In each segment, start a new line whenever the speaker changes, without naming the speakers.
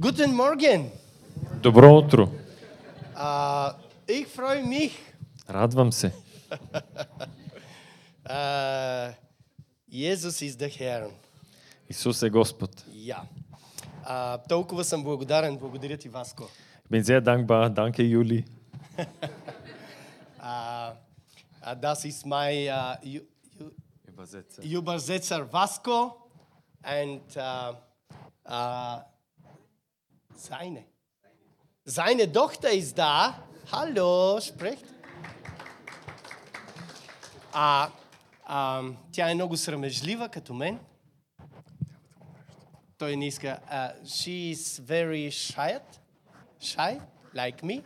Guten Morgen.
Добро утро.
Ah, ich freue mich.
Радвам се.
Ah, Jesus is the Herr.
Исус е Господ.
Ja. А, толкова съм благодарен. Благодаря ти, Васко.
Ich bin sehr dankbar. Danke, Juli.
А, а, Ah, das ist mein uh, Ju- Ju- Übersetzer Vasco and uh, uh, seine. Seine Tochter ist da. Hallo, spricht. А, а, тя е много срамежлива, като мен. Той не иска. А, she is very shy, shy, like me,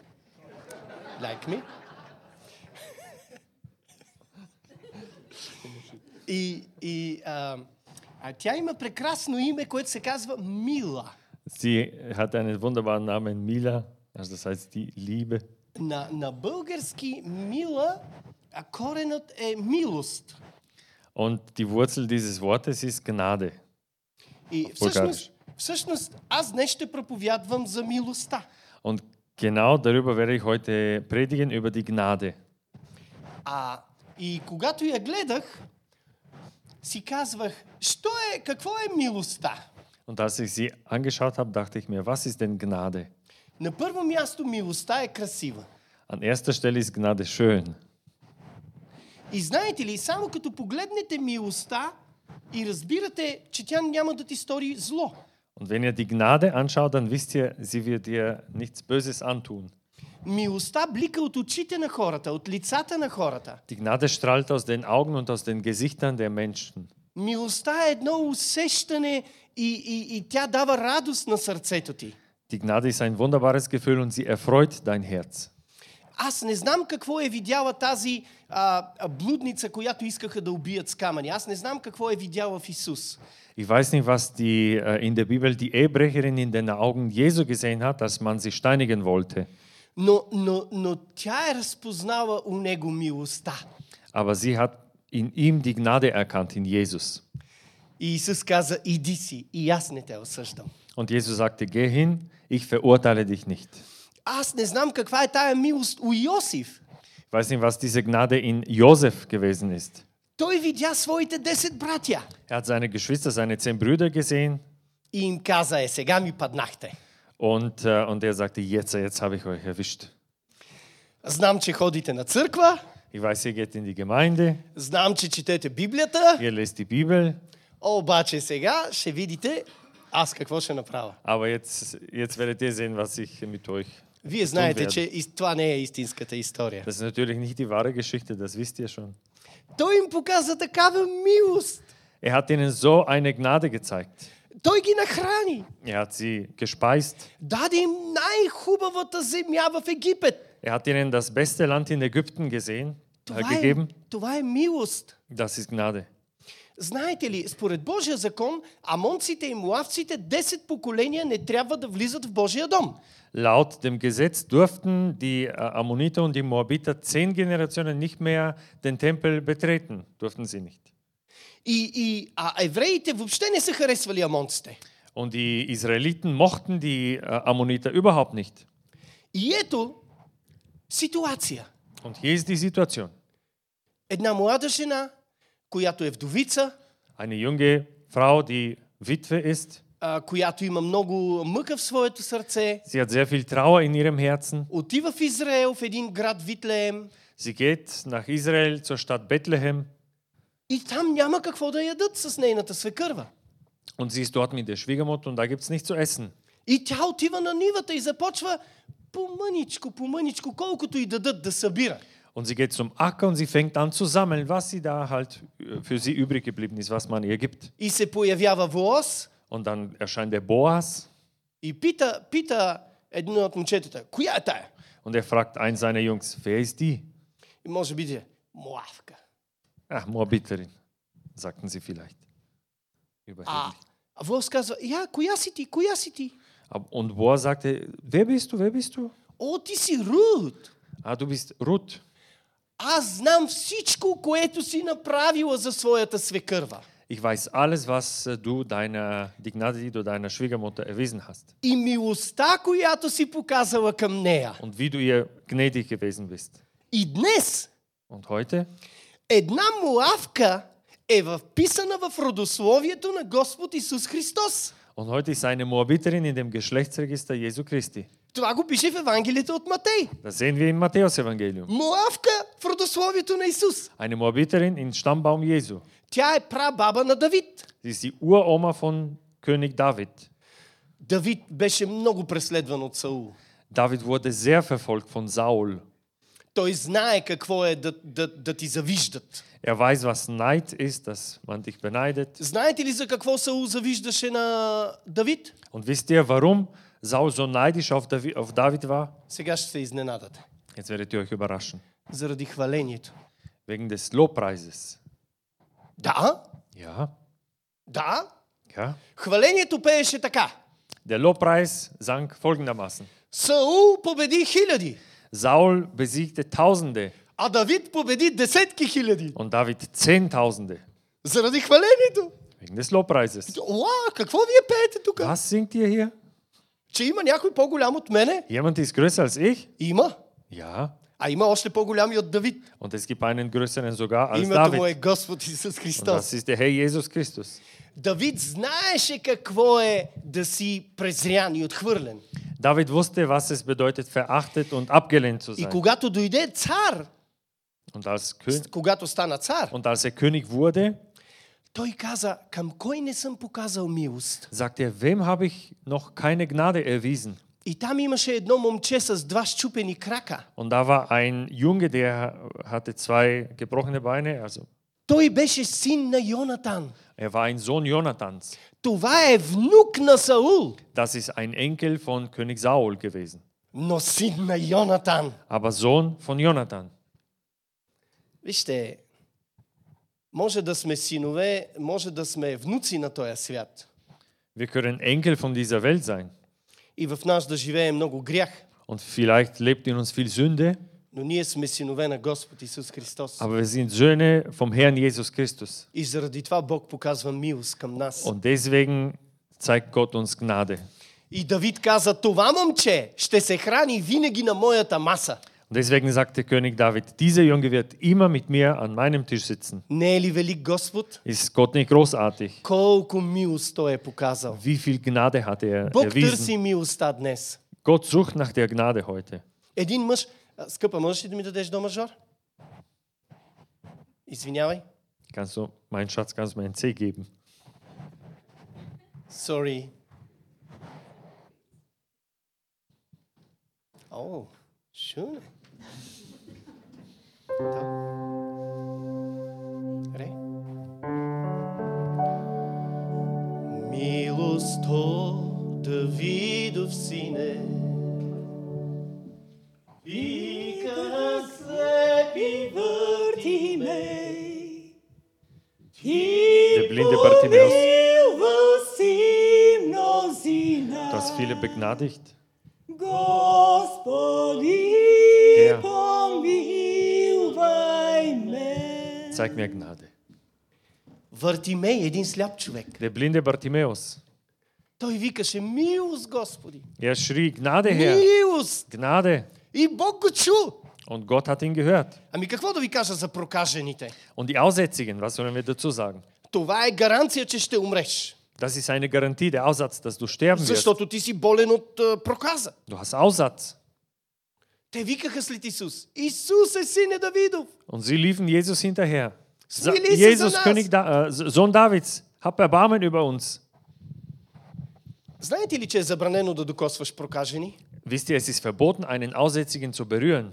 like me. И, и а, а тя има прекрасно име, което се казва Мила.
Sie hat einen wunderbaren Namen, Mila. Also das heißt die Liebe.
На, на български Мила, а коренът е милост.
Und die Wurzel dieses Wortes ist Gnade.
И
Българиш.
всъщност, всъщност аз днес ще проповядвам за милостта.
Und genau darüber werde ich heute predigen, über die Gnade.
А, и когато я гледах, си казвах, що е, какво е милостта?
Und als ich sie angeschaut habe, dachte ich mir, was ist denn Gnade?
На първо място милостта е красива.
An erster Stelle ist Gnade schön.
И знаете ли, само като погледнете милостта и разбирате, че тя няма да ти стори зло.
Und wenn ihr die Gnade anschaut, dann wisst ihr, sie wird dir nichts Böses antun.
Милостта блика от очите на хората, от лицата на хората.
Die Gnade strahlt aus den Augen und aus den Gesichtern der Menschen.
Милостта е едно усещане и, и, и тя дава радост на сърцето ти.
Die Gnade ist ein wunderbares Gefühl und sie erfreut dein Herz.
Аз не знам какво е видяла тази а, а, блудница, която искаха да убият с камъни. Аз не знам какво е видяла в Исус.
Ich weiß nicht, was die äh, in der Bibel die Ehebrecherin in den Augen Jesu gesehen hat, als man sie steinigen wollte.
Но, но, но тя е разпознала у него милостта.
Aber sie hat in ihm die Gnade erkannt, in Jesus.
И Исус каза, иди си, и аз не те осъждам.
Und Jesus sagte, geh hin, ich verurteile dich nicht.
Аз не знам каква е тая милост у Йосиф.
Ich weiß nicht, was diese Gnade in Josef gewesen ist.
Той видя своите 10 братя
Er hat seine Geschwister, seine zehn Brüder gesehen
и им каза, е, сега ми паднахте.
und, äh, und er sagte, jetzt, jetzt habe ich euch erwischt.
Знам, че ходите на църква,
Ich weiß, ihr geht in die Gemeinde,
знам, че четете Библията,
ihr lest die Bibel,
обаче сега ще видите аз какво ще направя.
aber jetzt, jetzt werdet ihr sehen, was ich mit euch.
Вие знаете,
вярно.
че из- това не е истинската история.
Das ist natürlich nicht die wahre Geschichte, das wisst ihr schon.
Той им показа такава милост.
Er hat ihnen so eine Gnade gezeigt.
Той ги нахрани.
Er hat sie gespeist.
Даде им най-хубавата земя в Египет.
Er hat ihnen das beste Land in Ägypten gesehen, äh,
Това е,
gegeben.
това е милост.
Das ist Gnade.
Знаете ли, според Божия закон, амонците и муавците 10 поколения не трябва да влизат в Божия дом.
Laut dem Gesetz durften die äh, Ammoniter und die Moabiter zehn Generationen nicht mehr den Tempel betreten. Durften sie nicht.
И, и а евреите въобще не са харесвали амонците.
Und die Israeliten mochten die äh, Ammoniter überhaupt nicht.
И ето ситуация.
Und hier ist die Situation.
Една млада жена, която е вдовица,
Eine junge Frau, die Witwe ist,
а, която има много мъка в своето сърце,
sie hat sehr viel Trauer in ihrem Herzen.
отива в Израел, в един град Витлеем,
Sie geht nach Israel zur Stadt Bethlehem
и там няма какво да ядат с нейната свекърва.
und sie ist dort mit der Schwiegermutter und da gibt es nichts zu essen.
И тя отива на нивата и започва по-мъничко, по-мъничко, колкото и дадат да събира.
Und sie geht zum Acker und sie fängt an zu sammeln, was sie da halt äh, für sie übrig geblieben ist, was man ihr gibt.
И се появява Волос
Und dann erscheint der Boas
и пита, пита един от момчетата, коя е тая?
und er fragt einen seiner Jungs, wer ist die?
И може би е Муавка.
Ach, Moabiterin, sagten sie vielleicht.
А,
Überheblich.
а Волос казва, я, коя си ти, коя си ти?
Ab- Und Boas sagte, wer bist du, wer bist du?
О, ти си Рут.
Ah, du bist Ruth.
Аз знам всичко, което си направила за своята свекърва.
Ich weiß alles, was äh, du deiner, die Gnade, die du deiner Schwiegermutter erwiesen hast
и милостта, която си показала към нея.
und wie du ihr gnädig gewesen bist.
И днес
Und heute
една муавка е вписана в родословието на Господ Исус Христос.
und heute ist eine Moabiterin in dem Geschlechtsregister Jesu Christi.
Това го пише в Евангелието от Матей.
Das sehen wir im Matthäus-Evangelium.
Муавка в родословието на Исус.
Eine Moabiterin im Stammbaum Jesu.
Тя е прабаба на Давид.
Sie ist die Uroma von König David.
Давид беше много преследван от Саул.
David wurde sehr verfolgt von Saul.
Той знае какво е да, да, да ти завиждат.
Er weiß, was Neid ist, dass man dich beneidet.
Знаете ли за какво Саул завиждаше на Давид?
Und wisst ihr, warum Saul so neidisch auf Davi- auf David war?
Сега ще се изненадате.
Jetzt werdet ihr euch überraschen.
Заради хвалението.
Wegen des Lobpreises.
Да,
Ja,
да.
ja.
Хвалението пееше така.
Der Lobpreis sang folgendermaßen.
Саул победи хиляди,
Saul besiegte Tausende
а Давид победи десетки хиляди.
und David Zehntausende.
Заради хвалението.
Wegen des Lobpreises.
Уа, какво вие пеете тук?
Was singt ihr hier?
Че има някой по-голям от мене?
Jemand ist größer als ich?
Има.
Ja.
А има още по-голям и от Давид.
Und es gibt einen größeren sogar als
Името му
David.
е Господ Исус
Und
Христос.
das ist der Herr Jesus Christus.
Давид знаеше какво е да си презрян и отхвърлен.
David wusste, was es bedeutet, verachtet und abgelehnt zu
И
sein.
когато дойде цар,
Und als, Kö-
когато стана цар,
und als er König wurde,
той каза, към кой не съм показал милост?
sagte er, wem habe ich noch keine Gnade erwiesen?
И там имаше едно момче с два щупени крака.
Und da war ein Junge, der hatte zwei gebrochene Beine. Also
Той беше син на Йонатан.
er war ein Sohn Jonathans.
Това е внук на Саул,
Das ist ein Enkel von König Saul gewesen,
но син на Йонатан.
aber Sohn von Jonathan.
Вижте, може да сме синове, може да сме внуци на този свят.
Wir können Enkel von dieser Welt sein.
И в нас да живее много грях,
Und vielleicht lebt in uns viel Sünde,
но ние сме синове на Господ Исус Христос.
aber wir sind Söhne vom Herrn Jesus Christus.
И заради това Бог показва милост към нас.
Und deswegen zeigt Gott uns Gnade.
И Давид каза, това момче ще се храни винаги на моята маса.
Und deswegen sagte König David, dieser Junge wird immer mit mir an meinem Tisch sitzen.
Не е ли велик Господ?
Ist Gott nicht großartig?
Колко милост Той е показал.
Wie viel Gnade hat er
Бог
erwiesen?
търси милостта днес.
Gott sucht nach der Gnade heute.
Един мъж... А, Скъпа, можеш ли да ми дадеш до мажор? Извинявай.
Kannst du, mein Schatz, kannst du mir ein C geben?
Sorry. О, шуне. Да. Добре. Милосто Давидов сине, вика слепи върти ме,
Der blinde Bartimäus,
Silva simnosina.
das viele begnadigt.
Gospodi
Е,
Herr.
pomilvaj me.
Zeig mir Gnade.
Въртимей, един сляп човек.
Der blinde Bartimäus,
Той викаше, милост, Господи!
er schrie Gnade her,
Милост!
Gnade.
И Бог го чу!
Und Gott hat ihn gehört.
Ами какво да ви кажа за прокажените?
Und die Aussätzigen, was sollen wir dazu sagen?
Това е гаранция, че ще умреш.
Das ist eine Garantie, der Aussatz, dass du sterben wirst.
Защото ти си болен от а, проказа.
Du hast Aussatz.
Те викаха след Исус. Исус е сине Давидов!
Und sie liefen Jesus hinterher. Sa
Smili se za
Jesus,
nas.
König da äh, Sohn Davids, hab Erbarmen über uns.
Знаете ли, че е забранено да докосваш прокажени?
Wisst ihr, es ist verboten, einen Aussätzigen zu berühren.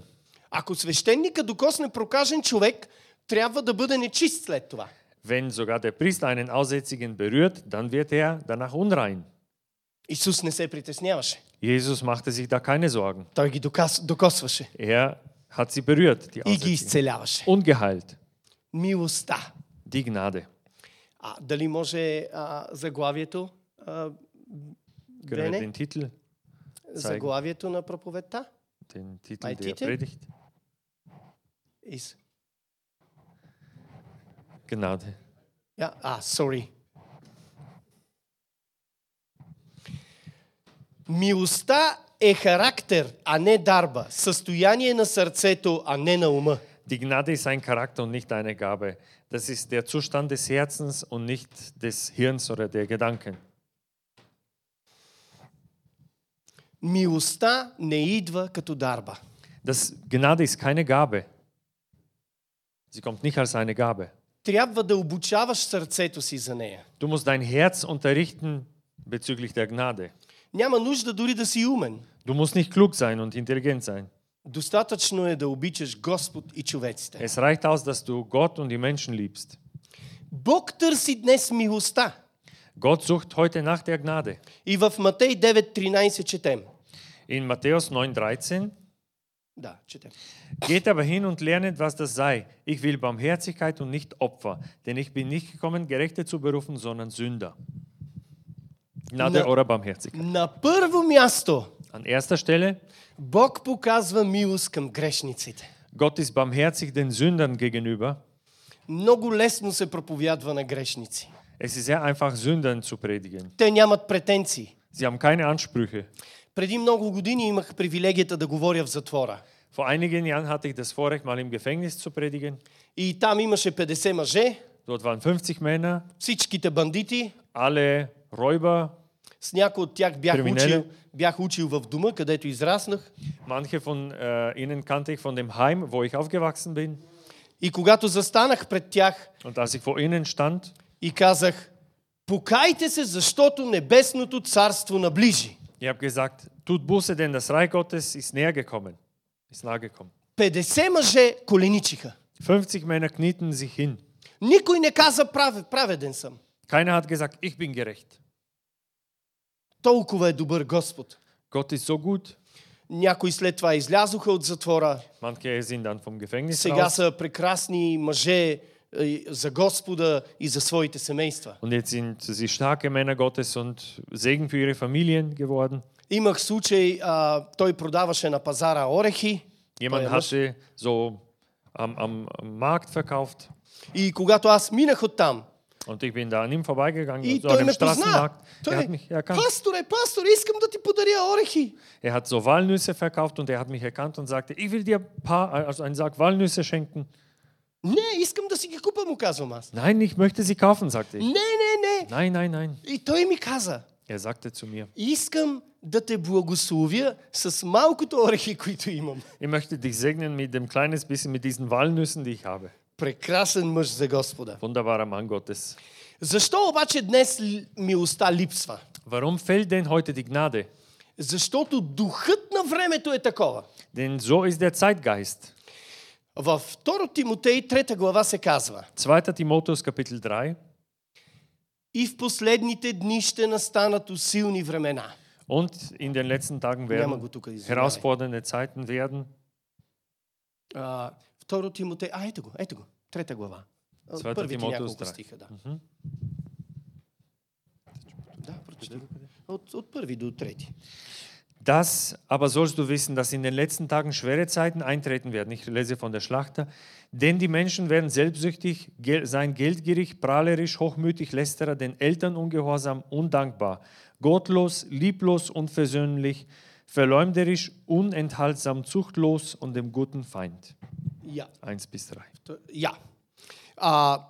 Ако свещеника докосне прокажен човек, трябва да бъде нечист след това.
Wenn sogar der Priester einen Aussätzigen berührt, dann wird er danach unrein.
Исус не се притесняваше.
Jesus machte sich da keine Sorgen.
Той ги докас... докосваше
Er hat sie berührt, die
и ги
Aussätzigen.
изцеляваше.
Ungeheilt,
Милостта.
die Gnade.
А, дали може а, заглавието? А,
Können wir
Бене,
Genau, den Titel,
заглавието на проповедта?
den Titel
Mein
der
Titel?
Predigt?
Из...
Gnade.
Ja, ah, sorry. Милостта е характер, а не дарба. Състояние на сърцето, а не на ума.
Die Gnade ist ein Charakter und nicht eine Gabe. Das ist der Zustand des Herzens und nicht des Hirns oder der Gedanken.
Милостта не идва като дарба.
Das Gnade ist keine Gabe. Sie kommt nicht als eine Gabe.
Трябва да обучаваш сърцето си за нея.
Du musst dein Herz unterrichten bezüglich der Gnade.
Няма нужда дори да си умен.
Du musst nicht klug sein und intelligent sein.
Достатъчно е да обичаш Господ и човеците.
Es reicht aus, dass du Gott und die Menschen liebst.
Бог търси днес милостта.
Gott sucht heute nach der Gnade.
И в Матей 9.13 четем.
In Matthäus 9,13
Да, четем.
Geht aber hin und lernet, was das sei. Ich will Barmherzigkeit und nicht Opfer, denn ich bin nicht gekommen, Gerechte zu berufen, sondern Sünder. Gnade
Na-
oder Barmherzigkeit.
На първо място
An erster Stelle,
Бог показва милост към грешниците.
Gott ist barmherzig den Sündern gegenüber.
Много лесно се проповядва на грешници.
Es ist sehr einfach, Sündern zu predigen.
Те нямат претенции.
Sie haben keine Ansprüche.
Преди много години имах привилегията да говоря в затвора.
Vor einigen Jahren hatte ich das Vorrecht, mal im Gefängnis zu predigen.
И там имаше 50 мъже,
Dort waren 50 Männer,
всичките бандити.
alle Räuber.
С някои от тях бях
Криминели.
учил, бях учил в дома, където израснах.
Manche von äh, ihnen kannte ich von dem Heim, wo ich aufgewachsen bin.
И когато застанах пред тях
Und als ich vor ihnen stand,
и казах, покайте се, защото небесното царство наближи.
Ich habe gesagt, tut Buße, denn das Reich Gottes ist näher gekommen. Ist nahe gekommen.
50 мъже коленичиха.
50 Männer knieten sich hin.
Никой не каза праве, праведен съм.
Keiner hat gesagt, ich bin gerecht.
Толкова е добър Господ.
Gott ist so gut.
Някои след това излязоха от затвора.
Manche sind dann vom Gefängnis
Сега
raus.
са прекрасни мъже е, за Господа и за своите семейства.
Und jetzt sind sie starke Männer Gottes und Segen für ihre Familien geworden.
Имах случай, а, той продаваше на пазара орехи. е
Jemand
Feuer,
hatte so am, am, am Markt verkauft
И когато аз минах оттам,
und ich bin da an ihm vorbeigegangen,
и
so an
той
dem
ме позна.
Straßenmarkt.
Той
Er
е,
hat mich erkannt.
пасторе, пасторе, искам да ти подаря орехи.
Er hat so Walnüsse verkauft und er hat mich erkannt und sagte, ich will dir ein paar, also einen Sack Walnüsse schenken.
Не, искам да си ги купа, му казвам аз.
Nein, ich möchte sie kaufen, sagte
Не,
ich.
не, не.
Nein, nein, nein.
И той ми каза,
Er sagte zu mir,
искам да те благословя с малкото орехи, които имам.
ich möchte dich segnen mit dem kleines bisschen, mit diesen Walnüssen, die ich habe.
Прекрасен мъж за Господа.
Wunderbarer Mann Gottes.
Защо обаче днес л- милостта липсва?
Warum fehlt denn heute die Gnade?
Защото духът на времето е такова.
Denn so ist der Zeitgeist.
Във 2 Тимотей 3 глава се казва
2. Timotheus Kapitel 3.
И в последните дни ще настанат усилни времена.
Und in den letzten Tagen
Няма го
werden
тук, извинявай.
herausfordernde Zeiten werden.
А, 2 Тимотей, а ето го, ето го, трета глава. А,
2
Първите
Тимотеус
няколко
3.
стиха, да. Да, прочети го. От, от първи до трети.
Das aber sollst du wissen, dass in den letzten Tagen schwere Zeiten eintreten werden. Ich lese von der Schlachter. Denn die Menschen werden selbstsüchtig, gel- sein geldgierig, prahlerisch, hochmütig, lästerer, den Eltern ungehorsam, undankbar, gottlos, lieblos, unversöhnlich, verleumderisch, unenthaltsam, zuchtlos und dem guten Feind.
Я.
1 bis 3.
Т- Я. А,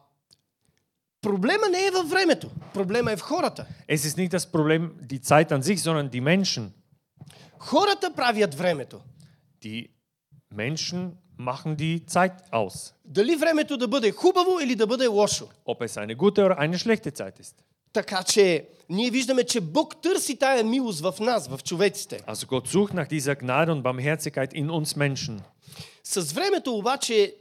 проблема не е във времето. Проблема е в хората.
Es ist nicht das Problem die Zeit an sich, sondern die Menschen.
Хората правят времето.
Die Menschen machen die Zeit aus,
Дали времето да бъде хубаво или да бъде лошо.
ob es eine gute oder eine schlechte Zeit ist.
Така че ние виждаме, че Бог търси тая милост в нас, в човеците.
Also Gott sucht nach dieser Gnade und Barmherzigkeit in uns Menschen.
С времето обаче,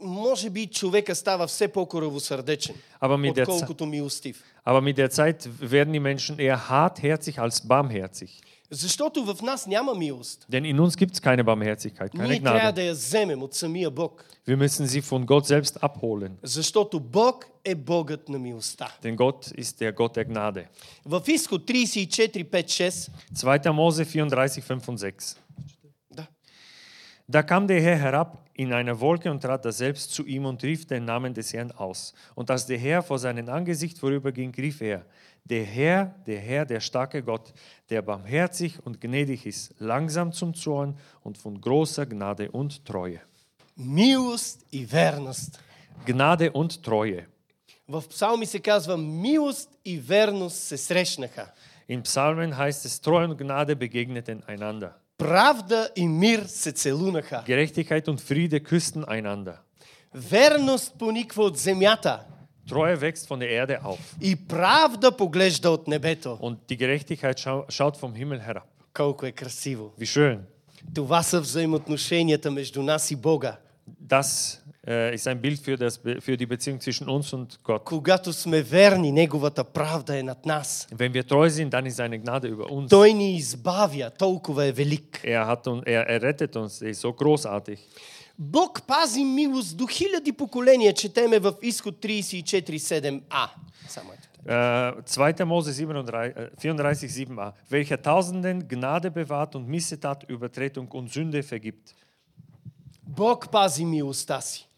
може би човека става все по-коравосърдечен,
Aber mit, der Ze-
отколкото милостив.
aber mit der Zeit werden die Menschen eher hartherzig als barmherzig.
Защото в нас няма милост.
Denn in uns gibt es keine Barmherzigkeit, keine
Ние трябва
Gnade.
да я вземем от самия Бог.
Wir müssen sie von Gott selbst abholen.
Защото Бог е Богът на милостта.
Denn Gott ist der Gott der Gnade.
В изход 34, 5, 6
2. Mose 34, 5 und 6.
Да.
Da kam der Herr herab in einer Wolke und trat da selbst zu ihm und rief den Namen des Herrn aus. Und als der Herr vor seinem Angesicht vorüberging, rief er, der Herr, der Herr, der starke Gott, der barmherzig und gnädig ist, langsam zum Zorn und von großer Gnade und Treue.
Милост и верност.
Gnade und Treue.
В псалми се казва милост и верност се срещнаха.
In Psalmen heißt es, Treue und Gnade begegneten einander.
Правда и мир се целунаха.
Gerechtigkeit und Friede küssten einander.
Верност пониква от земята
Treue wächst von der Erde auf
и правда поглежда от небето.
und die Gerechtigkeit schau schaut vom Himmel herab.
Колко е красиво!
Wie schön.
Това са взаимоотношенията между нас и Бога.
Das äh, ist ein Bild für, das, für die Beziehung zwischen uns und Gott.
Когато сме верни, Неговата правда е над нас.
Wenn wir treu sind, dann ist seine Gnade über uns.
Той ни избавя, толкова е велик.
Er, hat uns, er, er rettet uns, er ist so großartig.
Бог пази милост до хиляди поколения, четеме в изход 34.7а. Само е така.
Äh, 2. Mose 37, äh, 34, 7a. Welcher Tausenden Gnade bewahrt und Missetat, Übertretung und Sünde vergibt.
Бог пази милостта си.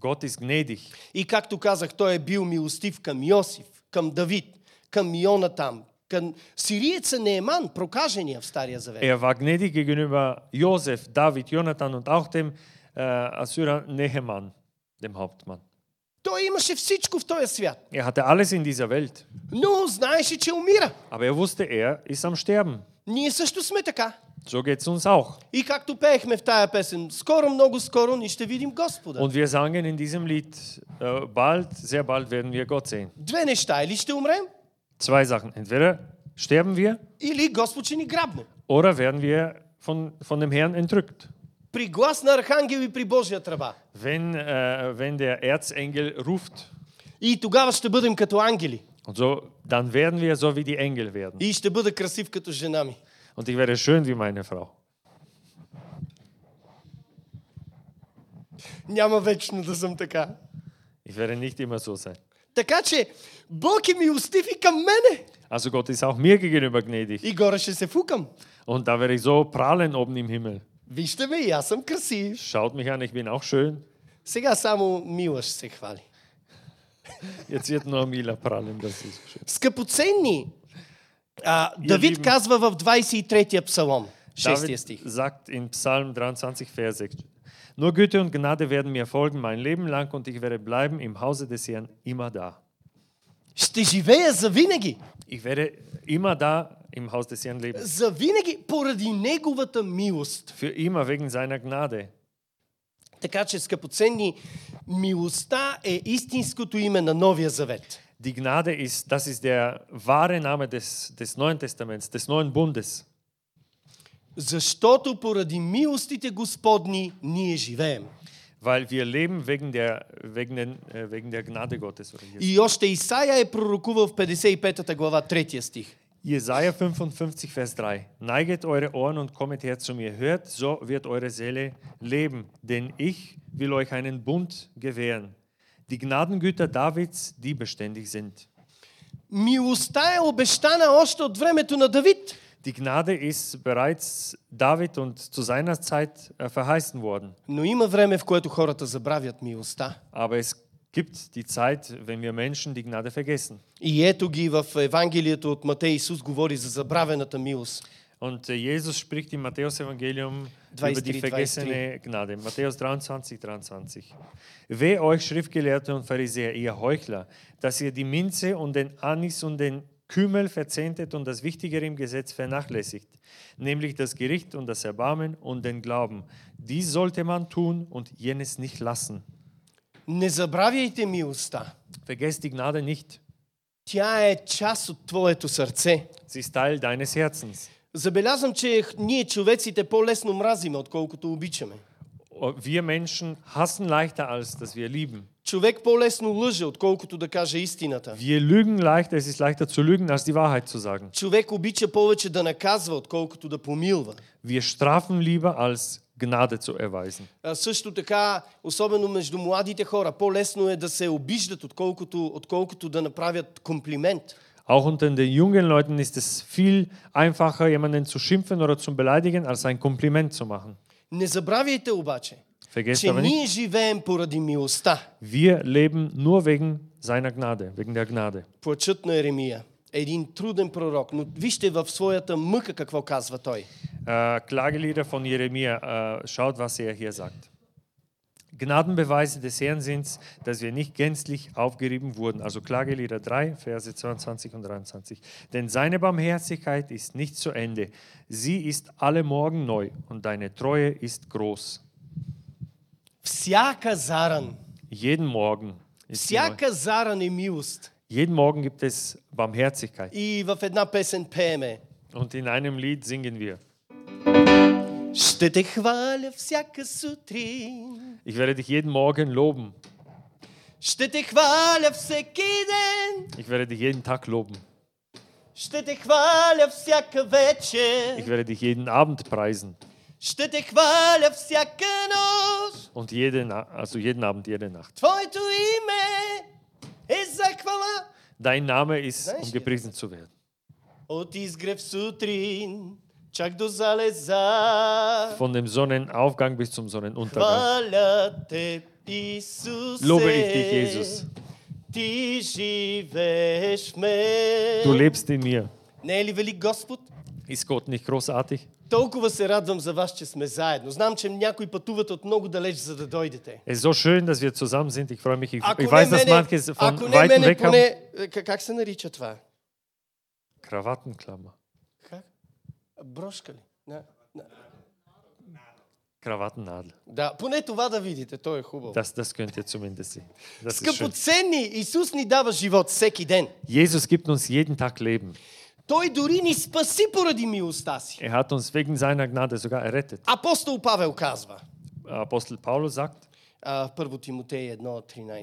Gott ist gnädig.
И както казах, той е бил милостив към Йосиф, към Давид, към Йонатам, към сириеца Нееман, прокажения в Стария Завет.
Er war gnädig gegenüber Josef, David, Jonathan und auch dem äh, Assyrer Neheman, dem Hauptmann.
Той имаше всичко в този свят,
Er hatte alles in dieser Welt,
но знаеше, че умира.
aber er wusste, er ist am Sterben.
Ние също сме така.
So geht es uns auch.
И както пеехме в тая песен, скоро, много скоро ни ще видим Господа.
Und wir sangen in diesem Lied, äh, bald, sehr bald werden wir Gott sehen.
Две неща. Или ще умрем,
Zwei Sachen. Entweder sterben wir
или Господ ще ни грабне.
oder werden wir von, von dem Herrn entrückt.
При глас на архангел и при Божия тръба.
Wenn, äh, wenn der Erzengel ruft,
И тогава ще бъдем като ангели.
und so, dann werden wir so wie die Engel werden.
И ще бъда красив като жена ми.
Und ich werde schön wie meine Frau.
Няма вечно да съм така.
Ich werde nicht immer so sein.
Така че Бог е милостив и към мене.
Also Gott ist auch mir gegenüber gnädig.
И горе ще се фукам.
Und da werde ich so prahlen oben im Himmel.
Вижте ме, и аз съм красив.
Schaut mich an, ich bin auch schön.
Сега само Мила ще се хвали.
Jetzt wird nur Mila prahlen, das ist schön.
Скъпоценни, а, Давид
Явим.
казва в 23-я псалом, 6-я стих.
David sagt in Psalm 23, Vers 6. Nur Güte und Gnade werden mir folgen mein Leben lang und ich werde bleiben im Hause des Herrn immer da.
Ще живея завинаги.
Ich werde immer da im Haus des Herrn leben.
Завинаги поради Неговата милост.
Für immer wegen seiner Gnade.
Така че, скъпоценни, милостта е истинското име на Новия Завет.
Die Gnade ist, das ist der wahre Name des, des Neuen Testaments, des Neuen Bundes.
Защото поради милостите Господни ние живеем.
Weil wir leben wegen der, wegen den, äh, wegen der Gnade Gottes. Oder Jes-
И още Исаия е пророкувал в 55 глава, 3 стих.
Jesaja 55, Vers 3. Neiget eure Ohren und kommet her zu mir. Hört, so wird eure Seele leben. Denn ich will euch einen Bund gewähren. Die Gnadengüter Davids, die beständig sind.
Милостта е обещана още от времето на Давид.
Die Gnade ist bereits David und zu seiner Zeit äh, verheißen worden.
Но има време, в което хората забравят милостта.
Aber es gibt die Zeit, wenn wir Menschen die Gnade vergessen.
И ето ги в Евангелието от Матей Исус говори за забравената милост.
Und äh, Jesus spricht im Matthäus-Evangelium über
23,
die vergessene Gnade. Matthäus 23, 23. Weh euch, Schriftgelehrte und Pharisäer, ihr Heuchler, dass ihr die Minze und den Anis und den Kümmel verzehntet und das Wichtigere im Gesetz vernachlässigt, nämlich das Gericht und das Erbarmen und den Glauben. Dies sollte man tun und jenes nicht lassen.
Не забравяйте милостта.
Vergesst die Gnade nicht.
Тя е част от твоето сърце.
Sie ist Teil deines Herzens.
Забелязвам, че ние човеците по-лесно мразиме, отколкото обичаме.
Wir Menschen hassen leichter, als dass wir lieben.
Човек по-лесно лъже, отколкото да каже истината.
Wir lügen leichter, es ist leichter zu lügen, als die Wahrheit zu sagen.
Човек обича повече да наказва, отколкото да помилва.
Wir strafen lieber, als Gnade zu erweisen.
А, също така, особено между младите хора, по-лесно е да се обиждат, отколкото, отколкото да направят комплимент.
Auch unter den jungen Leuten ist es viel einfacher, jemanden zu schimpfen oder zu beleidigen, als ein Kompliment zu machen.
Не забравяйте обаче,
Vergesst
че
aber nicht,
ние живеем поради милостта.
wir leben nur wegen seiner Gnade, wegen der Gnade.
Плачът на Еремия. Един труден пророк, но вижте в своята мъка какво казва той.
Äh, Klagelieder von Jeremia, äh, schaut, was er hier sagt. Gnadenbeweise des Herrn sind, dass wir nicht gänzlich aufgerieben wurden. Also Klagelieder 3, Verse 22 und 23. Denn seine Barmherzigkeit ist nicht zu Ende. Sie ist alle Morgen neu und deine Treue ist groß.
Всяка заран,
Jeden Morgen. Ist sie neu.
всяка заран е милост.
Jeden Morgen gibt es Barmherzigkeit.
И в една песен пееме.
Und in einem Lied singen wir.
Ще те хваля всяка сутрин,
Ich werde dich jeden Morgen loben.
ще те хваля всеки ден,
Ich werde dich jeden Tag loben.
ще те хваля всяка
Ich
вечер,
werde dich jeden Abend preisen.
ще те хваля всяка нощ.
Und jede, Na- also jeden Abend, jede Nacht.
Твоето име е за хвала.
Dein Name ist,
Знаешь,
um gepriesen zu werden.
От изгрев сутрин, чак до залеза,
Von dem Sonnenaufgang bis zum Sonnenuntergang.
хваля те, Исусе.
Lobe ich dich, Jesus.
Ти живееш в мен.
Du lebst in mir.
Не е ли велик Господ?
Ist Gott nicht großartig?
Толкова се радвам за вас, че сме заедно. Знам, че някои пътуват от много далеч, за да дойдете.
Es ist so schön, dass wir zusammen sind. Ich freue mich. Ich,
Ако
ich
не
weiß, dass
мене,
manche von
ако не
weitem
мене
weg haben.
поне... Как, как се нарича това?
Krawattenklammer.
Как? Брошка ли? На, на.
Krawattennadel.
Да, поне това да видите, то е хубаво.
Das, das könnt ihr zumindest sehen. Das ist schön.
Скъпоценни, Исус ни дава живот всеки ден.
Jesus gibt uns jeden Tag Leben.
Той дори ни спаси поради милостта си.
Er hat uns wegen seiner Gnade sogar errettet.
Апостол Павел казва,
Apostel Paulus sagt,
а, 1 Тимотей 1,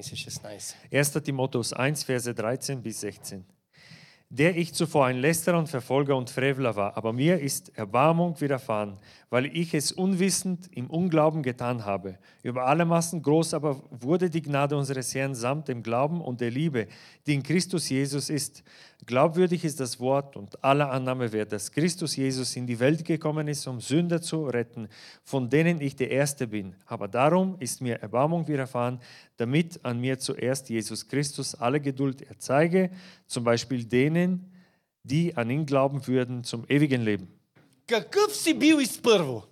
13, 16.
1. Timotheus 1, Verse 13 bis 16. Der ich zuvor ein Lästerer und Verfolger und Frevler war, aber mir ist Erbarmung widerfahren, weil ich es unwissend im Unglauben getan habe. Über alle Massen groß aber wurde die Gnade unseres Herrn samt dem Glauben und der Liebe, die in Christus Jesus ist. Glaubwürdig ist das Wort und aller Annahme wert, dass Christus Jesus in die Welt gekommen ist, um Sünder zu retten, von denen ich der Erste bin. Aber darum ist mir Erbarmung widerfahren, damit an mir zuerst Jesus Christus alle Geduld erzeige, zum Beispiel denen, die an ihn glauben würden, zum ewigen Leben.
Какъв си бил изпърво?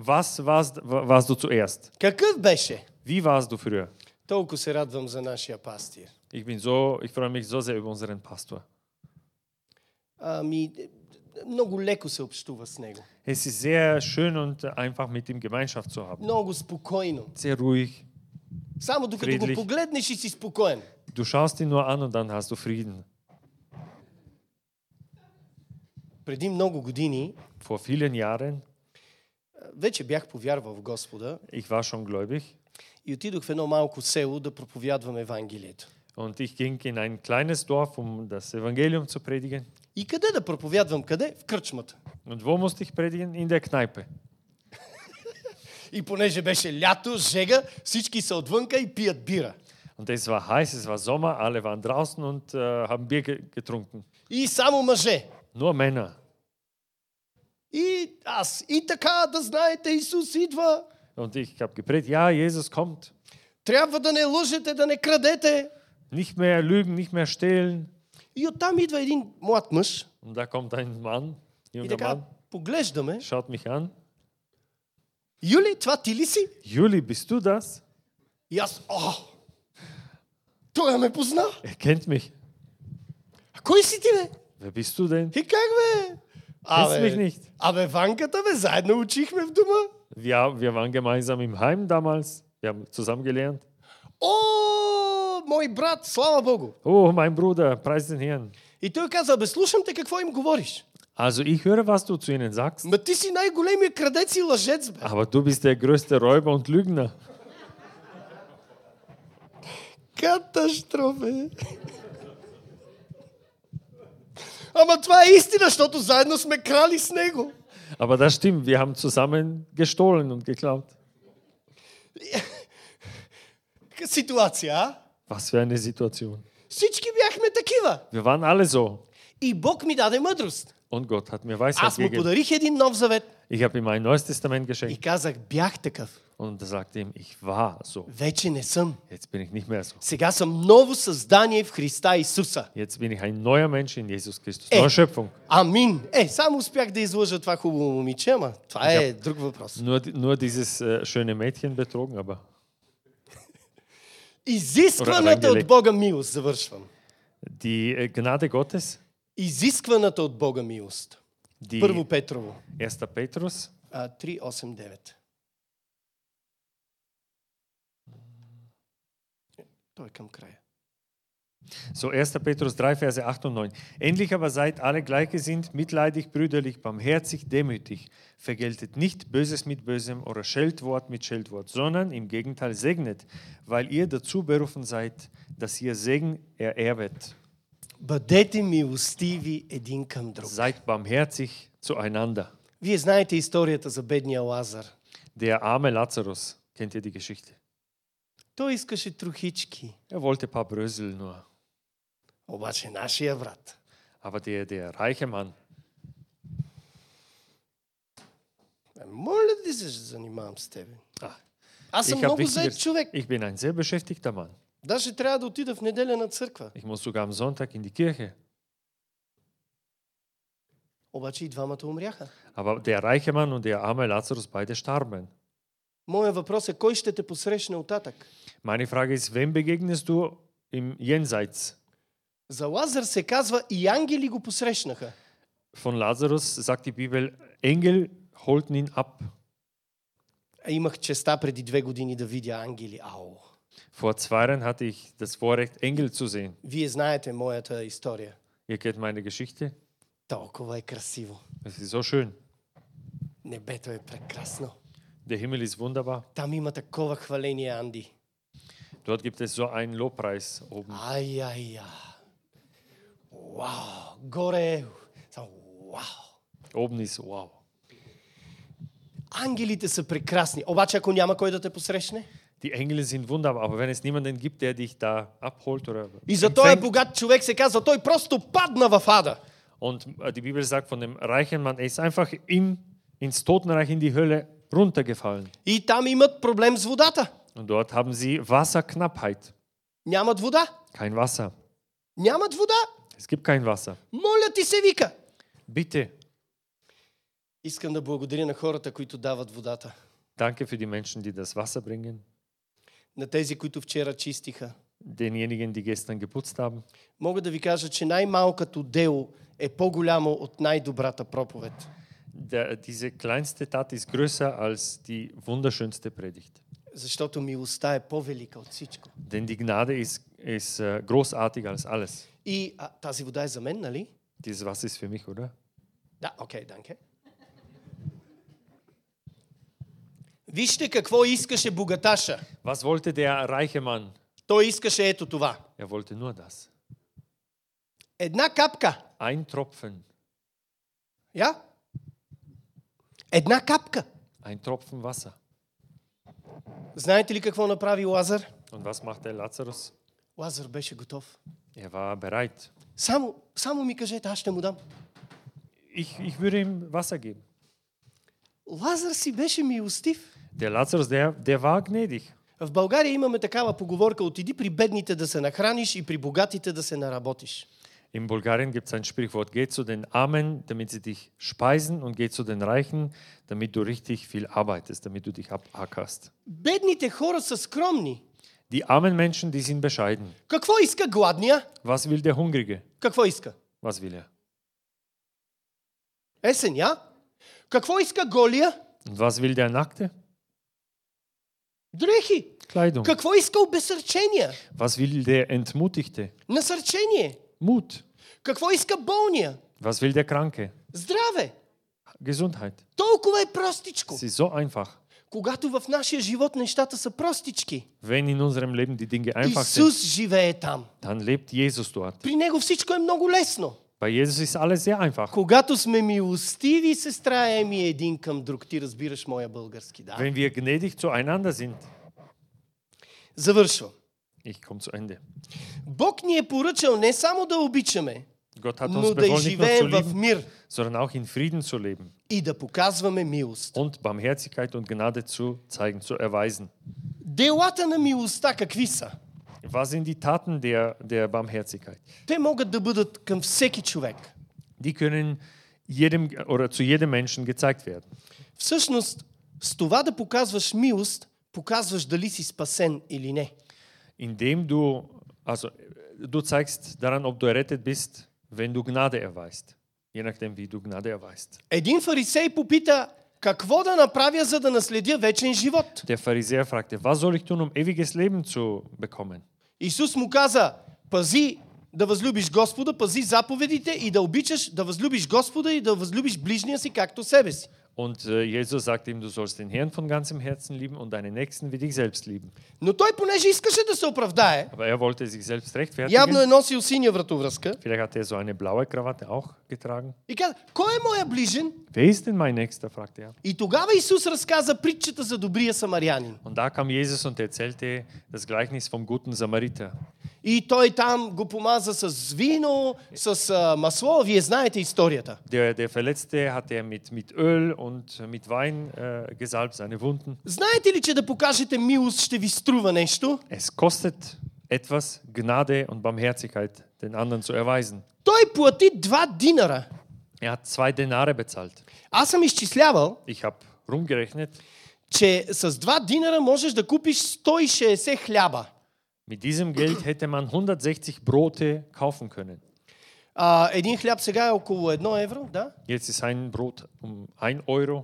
Was warst, wa- warst du zuerst?
Какъв беше?
Wie warst du früher?
Толкова се радвам за нашия пастир.
Ich bin so, ich freue mich so sehr über unseren Pastor.
Ами, много леко се общува с него.
Es ist sehr schön und einfach mit ihm Gemeinschaft zu haben.
Много спокойно.
Sehr ruhig.
Само докато го
Фридлих.
погледнеш и си спокоен.
Du schaust ihn nur an und dann hast du Frieden.
Преди много години
Vor vielen Jahren,
а, вече бях повярвал в Господа
ich war schon gläubig
и отидох в едно малко село да проповядвам Евангелието.
und ich ging in ein kleines Dorf, um das Evangelium zu predigen.
И къде да проповядвам? Къде? В кръчмата.
Und wo musste ich predigen? In der Kneipe.
И понеже беше лято, жега, всички са отвънка и пият бира.
Und es war heiß, es war Sommer, alle waren draußen und äh, haben Bier ge getrunken.
И само мъже.
Nur Männer.
И аз, и така, да знаете, Исус идва.
Und ich habe gepredigt, ja, Jesus kommt.
Трябва да не лъжете, да не крадете.
Nicht mehr lügen, nicht mehr stehlen.
И оттам идва един млад мъж.
Und da kommt ein Mann,
И
junger
така,
Mann,
поглеждаме.
schaut mich an.
Юли, това ти ли си?
Juli, bist du das?
И аз, о! Той ме позна.
Er kennt mich.
А кой си ти, бе?
Wer bist du denn?
И как, бе?
mich nicht.
абе, ванката, бе, заедно учихме в дома.
Wir, wir waren gemeinsam im Heim damals. Wir haben zusammen gelernt.
О, мой брат, слава Богу.
Oh, mein Bruder, preis den Herrn.
И той каза, бе, слушам те какво им говориш.
Also ich höre, was du zu ihnen sagst,
Ма ти си най-големия крадец и лъжец, бе.
aber du bist der größte Räuber und Lügner.
Катастрофе. Ама това е истина, защото заедно сме крали с него.
Aber das stimmt, wir haben zusammen gestohlen und geklaut.
К- Ситуация, а?
Was für eine Situation.
Всички бяхме такива.
Wir waren alle so.
И Бог ми даде мъдрост.
Und Gott hat mir Weisheit
Аз му
gegeben.
подарих един нов завет
Ich habe ihm ein neues Testament
и
geschenkt
казах, бях такъв.
und sagte ihm, ich war so.
Вече не съм.
Jetzt bin ich nicht mehr so.
Сега съм ново създание в Христа Исуса.
Jetzt bin ich ein neuer Mensch in Jesus Christus.
Ey.
Neue Schöpfung.
Амин. Е, само успях да излъжа това хубаво момиче, ама това е друг въпрос.
Nur, nur dieses äh, schöne Mädchen betrogen, aber
Изискваната
Евангелие.
от Бога милост, завършвам.
die äh, Gnade Gottes,
Изискваната от Бога милост.
die
Първо Петрово,
1. Petrus
а, 3.8.9. Той е към края.
So 1. Petrus 3, Verse 8 und 9. Endlich aber seid alle gleichgesinnt, mitleidig, brüderlich, barmherzig, demütig. Vergeltet nicht Böses mit Bösem oder Scheltwort mit Scheltwort, sondern im Gegenteil segnet, weil ihr dazu berufen seid, dass ihr Segen ererbet.
Бъдете милостиви един към друг.
Seid barmherzig zueinander.
Вие знаете историята за бедния Лазар.
Der arme Lazarus, kennt ihr die Geschichte?
Той искаше трохички,
Er wollte ein paar Brösel nur.
обаче нашия брат
Aber der, der reiche Mann,
Е, Моля ти се, ще занимавам с тебе.
ah,
Аз съм
ich, hab
много заед
wichtigeres-
човек.
ich bin ein sehr beschäftigter Mann.
Даже трябва да отида в неделя на църква.
Ich muss sogar am Sonntag in die Kirche.
Обаче и двамата умряха.
Aber der reiche Mann und der arme Lazarus, beide starben.
Моя въпрос е, кой ще те посрещне оттатък?
Meine Frage ist, wem begegnest du im Jenseits?
За Лазар се казва и ангели го посрещнаха.
Von Lazarus sagt die Bibel, Engel holten ihn ab.
А имах честа преди две години да видя ангели. Ау!
Vor zwei Jahren hatte ich das Vorrecht, Engel zu sehen.
Вие знаете моята история.
Ihr kennt meine Geschichte.
Толкова е красиво.
Es ist so schön.
Небето е прекрасно.
Der Himmel ist wunderbar.
Там има такова хваление, Анди.
Dort gibt es so einen Lobpreis oben.
Ай, ай, ай. Вау! Горе е. Само вау!
Oben ist wow.
Ангелите са прекрасни. Обаче, ако няма кой да те посрещне?
Die Engel sind wunderbar, aber wenn es niemanden gibt, der dich da abholt oder
И за този
empfängt,
богат човек се казва, той просто падна в ада.
Und äh, die Bibel sagt von dem reichen Mann, er ist einfach in, ins Totenreich, in die Hölle runtergefallen.
И там имат проблем с водата.
Und dort haben sie Wasserknappheit.
Нямат вода.
Kein Wasser.
Нямат вода.
Es gibt kein Wasser.
Моля ти се, вика.
Bitte,
Искам да благодаря на хората, които дават водата.
danke für die Menschen, die das Wasser bringen,
На тези, които вчера чистиха.
denjenigen, die gestern geputzt haben.
Мога да ви кажа, че най-малкото дело е по-голямо от най-добрата проповед.
Der, diese kleinste Tat ist größer als die wunderschönste Predigt.
Защото милостта е по-велика от всичко.
Denn die Gnade ist, ist äh, großartiger als alles.
И а, тази вода е за мен, нали?
Dieses Wasser ist für mich, oder?
Да, окей, данке. Вижте какво искаше богаташа.
Was wollte der reiche Mann?
Той искаше ето това.
Er wollte nur das.
Една капка.
Ein Tropfen
Я? Една капка.
Ein Tropfen Wasser.
Знаете ли какво направи Лазар?
Und was macht der Lazarus?
Лазар беше готов.
Er war bereit.
Само, само ми кажете, аз ще му дам.
Ich, ich würde ihm Wasser geben.
Лазар си беше милостив.
Der Lazarus, der, der war gnädig.
В България имаме такава поговорка отиди при бедните да се нахраниш и при богатите да се наработиш.
In Bulgarien gibt es ein Sprichwort, geh zu den Armen, damit sie dich speisen und geh zu den Reichen, damit du richtig viel arbeitest, damit du dich abackerst.
Бедните хора са скромни.
Die armen Menschen, die sind bescheiden.
Какво иска гладния?
Was will der Hungrige?
Какво иска?
Was will er?
Есеня. Какво иска голия?
Und was will der Nackte?
Дрехи.
Kleidung.
Какво иска обесърчения?
Was will der Entmutigte?
Насърчение.
Mut.
Какво иска болния?
Was will der Kranke?
Здраве.
Gesundheit.
Толкова е простичко.
Es ist so einfach.
Когато в нашия живот нещата са простички,
Wenn in unserem Leben die Dinge einfach sind,
Исус живее там.
dann lebt Jesus dort.
При Него всичко е много лесно.
Bei Jesus ist alles sehr einfach.
Когато сме милостиви, сестра Еми, един към друг. Ти разбираш моя български, да?
Wenn wir gnädig zueinander sind,
Завършвам.
ich komme zu Ende.
Бог ни е поръчал не само да обичаме,
Gott hat uns
но да
befohlen, nicht nur zu
изживеем в
lieben,
мир
sondern auch in Frieden zu leben
и да показваме милост.
und Barmherzigkeit und Gnade zu zeigen, zu erweisen.
Делата на милостта какви са?
Was sind die Taten der, der Barmherzigkeit?
Те могат да бъдат към всеки човек.
Die können jedem oder zu jedem Menschen gezeigt werden.
Всъщност, с това да показваш милост, показваш дали си спасен или не.
Indem du, also du zeigst daran, ob du errettet bist, wenn du Gnade erweist. Je nachdem, wie du Gnade erweist.
Един фарисей попита, какво да направя, за да наследя вечен живот?
Der Pharisäer fragte, was soll ich tun, um ewiges Leben zu bekommen?
Исус му каза, пази да възлюбиш Господа, пази заповедите и да обичаш, да възлюбиш Господа и да възлюбиш ближния си както себе си.
Und äh, Jesus sagte ihm, du sollst den Herrn von ganzem Herzen lieben und deinen Nächsten wie dich selbst lieben.
Но той, понеже искаше да се оправдае,
Aber er wollte sich selbst
явно е
rechtfertigen.
носил синя вратовръзка
Vielleicht hat er so eine blaue Krawatte auch getragen.
и каза, кой е моя ближен?
Wer ist denn mein Nächster? fragte er.
И тогава Исус разказа притчата за добрия самарянин.
Und da kam Jesus und erzählte das Gleichnis vom guten Samariter.
И той там го помаза с вино, с а, масло. Вие знаете историята.
Der, der Verletzte hat er mit, mit Öl und mit Wein äh, gesalbt, seine Wunden.
Знаете ли, че да покажете милост ще ви струва нещо?
Es kostet etwas, Gnade und Barmherzigkeit den anderen zu erweisen.
Той плати два динара.
Er hat zwei Denare bezahlt.
Аз съм изчислявал,
Ich habe rumgerechnet,
че с два динара можеш да купиш 160 хляба.
mit diesem Geld hätte man 160 Brote kaufen können.
А, един хляб сега е около 1 евро, да?
Jetzt ist ein Brot um 1 Euro.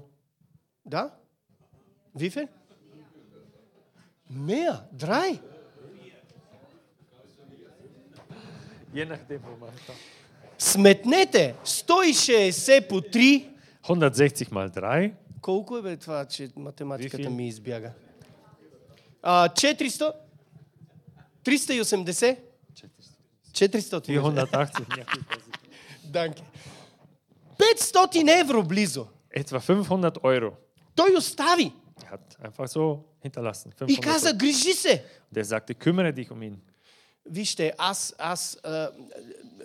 Да? Вифе? Мея, драй.
Je nachdem, wo man kauft.
Сметнете 160 по 3.
160 mal 3,
Колко е бе това, че математиката
Вифи?
ми избяга? А, 400? 380? 400.
480. ja.
Данки. 500 евро близо.
Etwa 500 Euro.
Той остави
Er hat einfach so hinterlassen.
и
500
каза,
Euro.
грижи се.
Der sagte, kümmere dich um ihn.
Вижте, аз, аз а,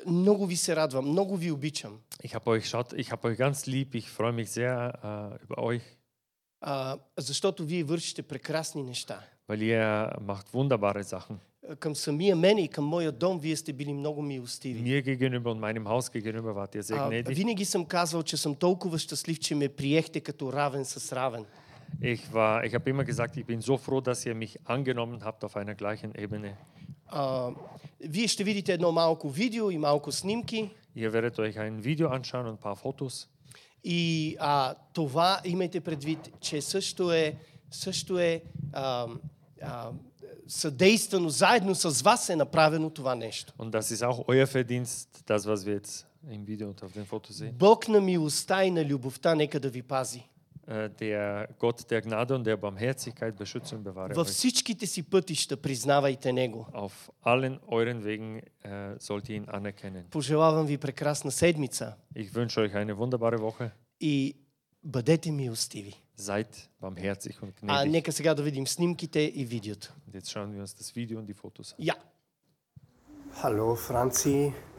много ви се радвам, много ви обичам.
Ich habe euch, schaut, ich habe euch ganz lieb. Ich freue mich sehr äh, über euch,
А, защото вие вършите прекрасни неща.
weil ihr macht wunderbare Sachen.
А, Към самия мен и към моя дом вие сте били много милостиви.
Mir gegenüber und meinem Haus gegenüber wart ihr sehr
А,
gnädig.
винаги съм казвал, че съм толкова щастлив, че ме приехте като равен с равен.
Ich, war- ich habe immer gesagt, ich bin so froh, dass ihr mich angenommen habt auf einer gleichen Ebene.
А, вие ще видите едно малко видео и малко снимки.
Ihr werdet euch ein Video anschauen und ein paar Fotos.
И а, това имайте предвид, че също е, също е а, а, съдействано, заедно с вас е направено това нещо.
Und das ist auch euer Verdienst, das, was wir jetzt im Video und auf den Fotos sehen.
Бог на милостта и на любовта нека да ви пази.
Äh, der Gott der Gnade und der Barmherzigkeit beschütze und bewahre
Във
euch.
всичките си пътища признавайте Него.
Auf allen euren Wegen äh, sollt ihr ihn anerkennen.
Пожелавам ви прекрасна седмица
Ich wünsche euch eine wunderbare Woche.
и бъдете милостиви.
Seid barmherzig und
А
gnädig.
нека сега да видим снимките и видеото.
Und Jetzt schauen wir uns das Video und die Fotos an.
Я! Hallo Franzi,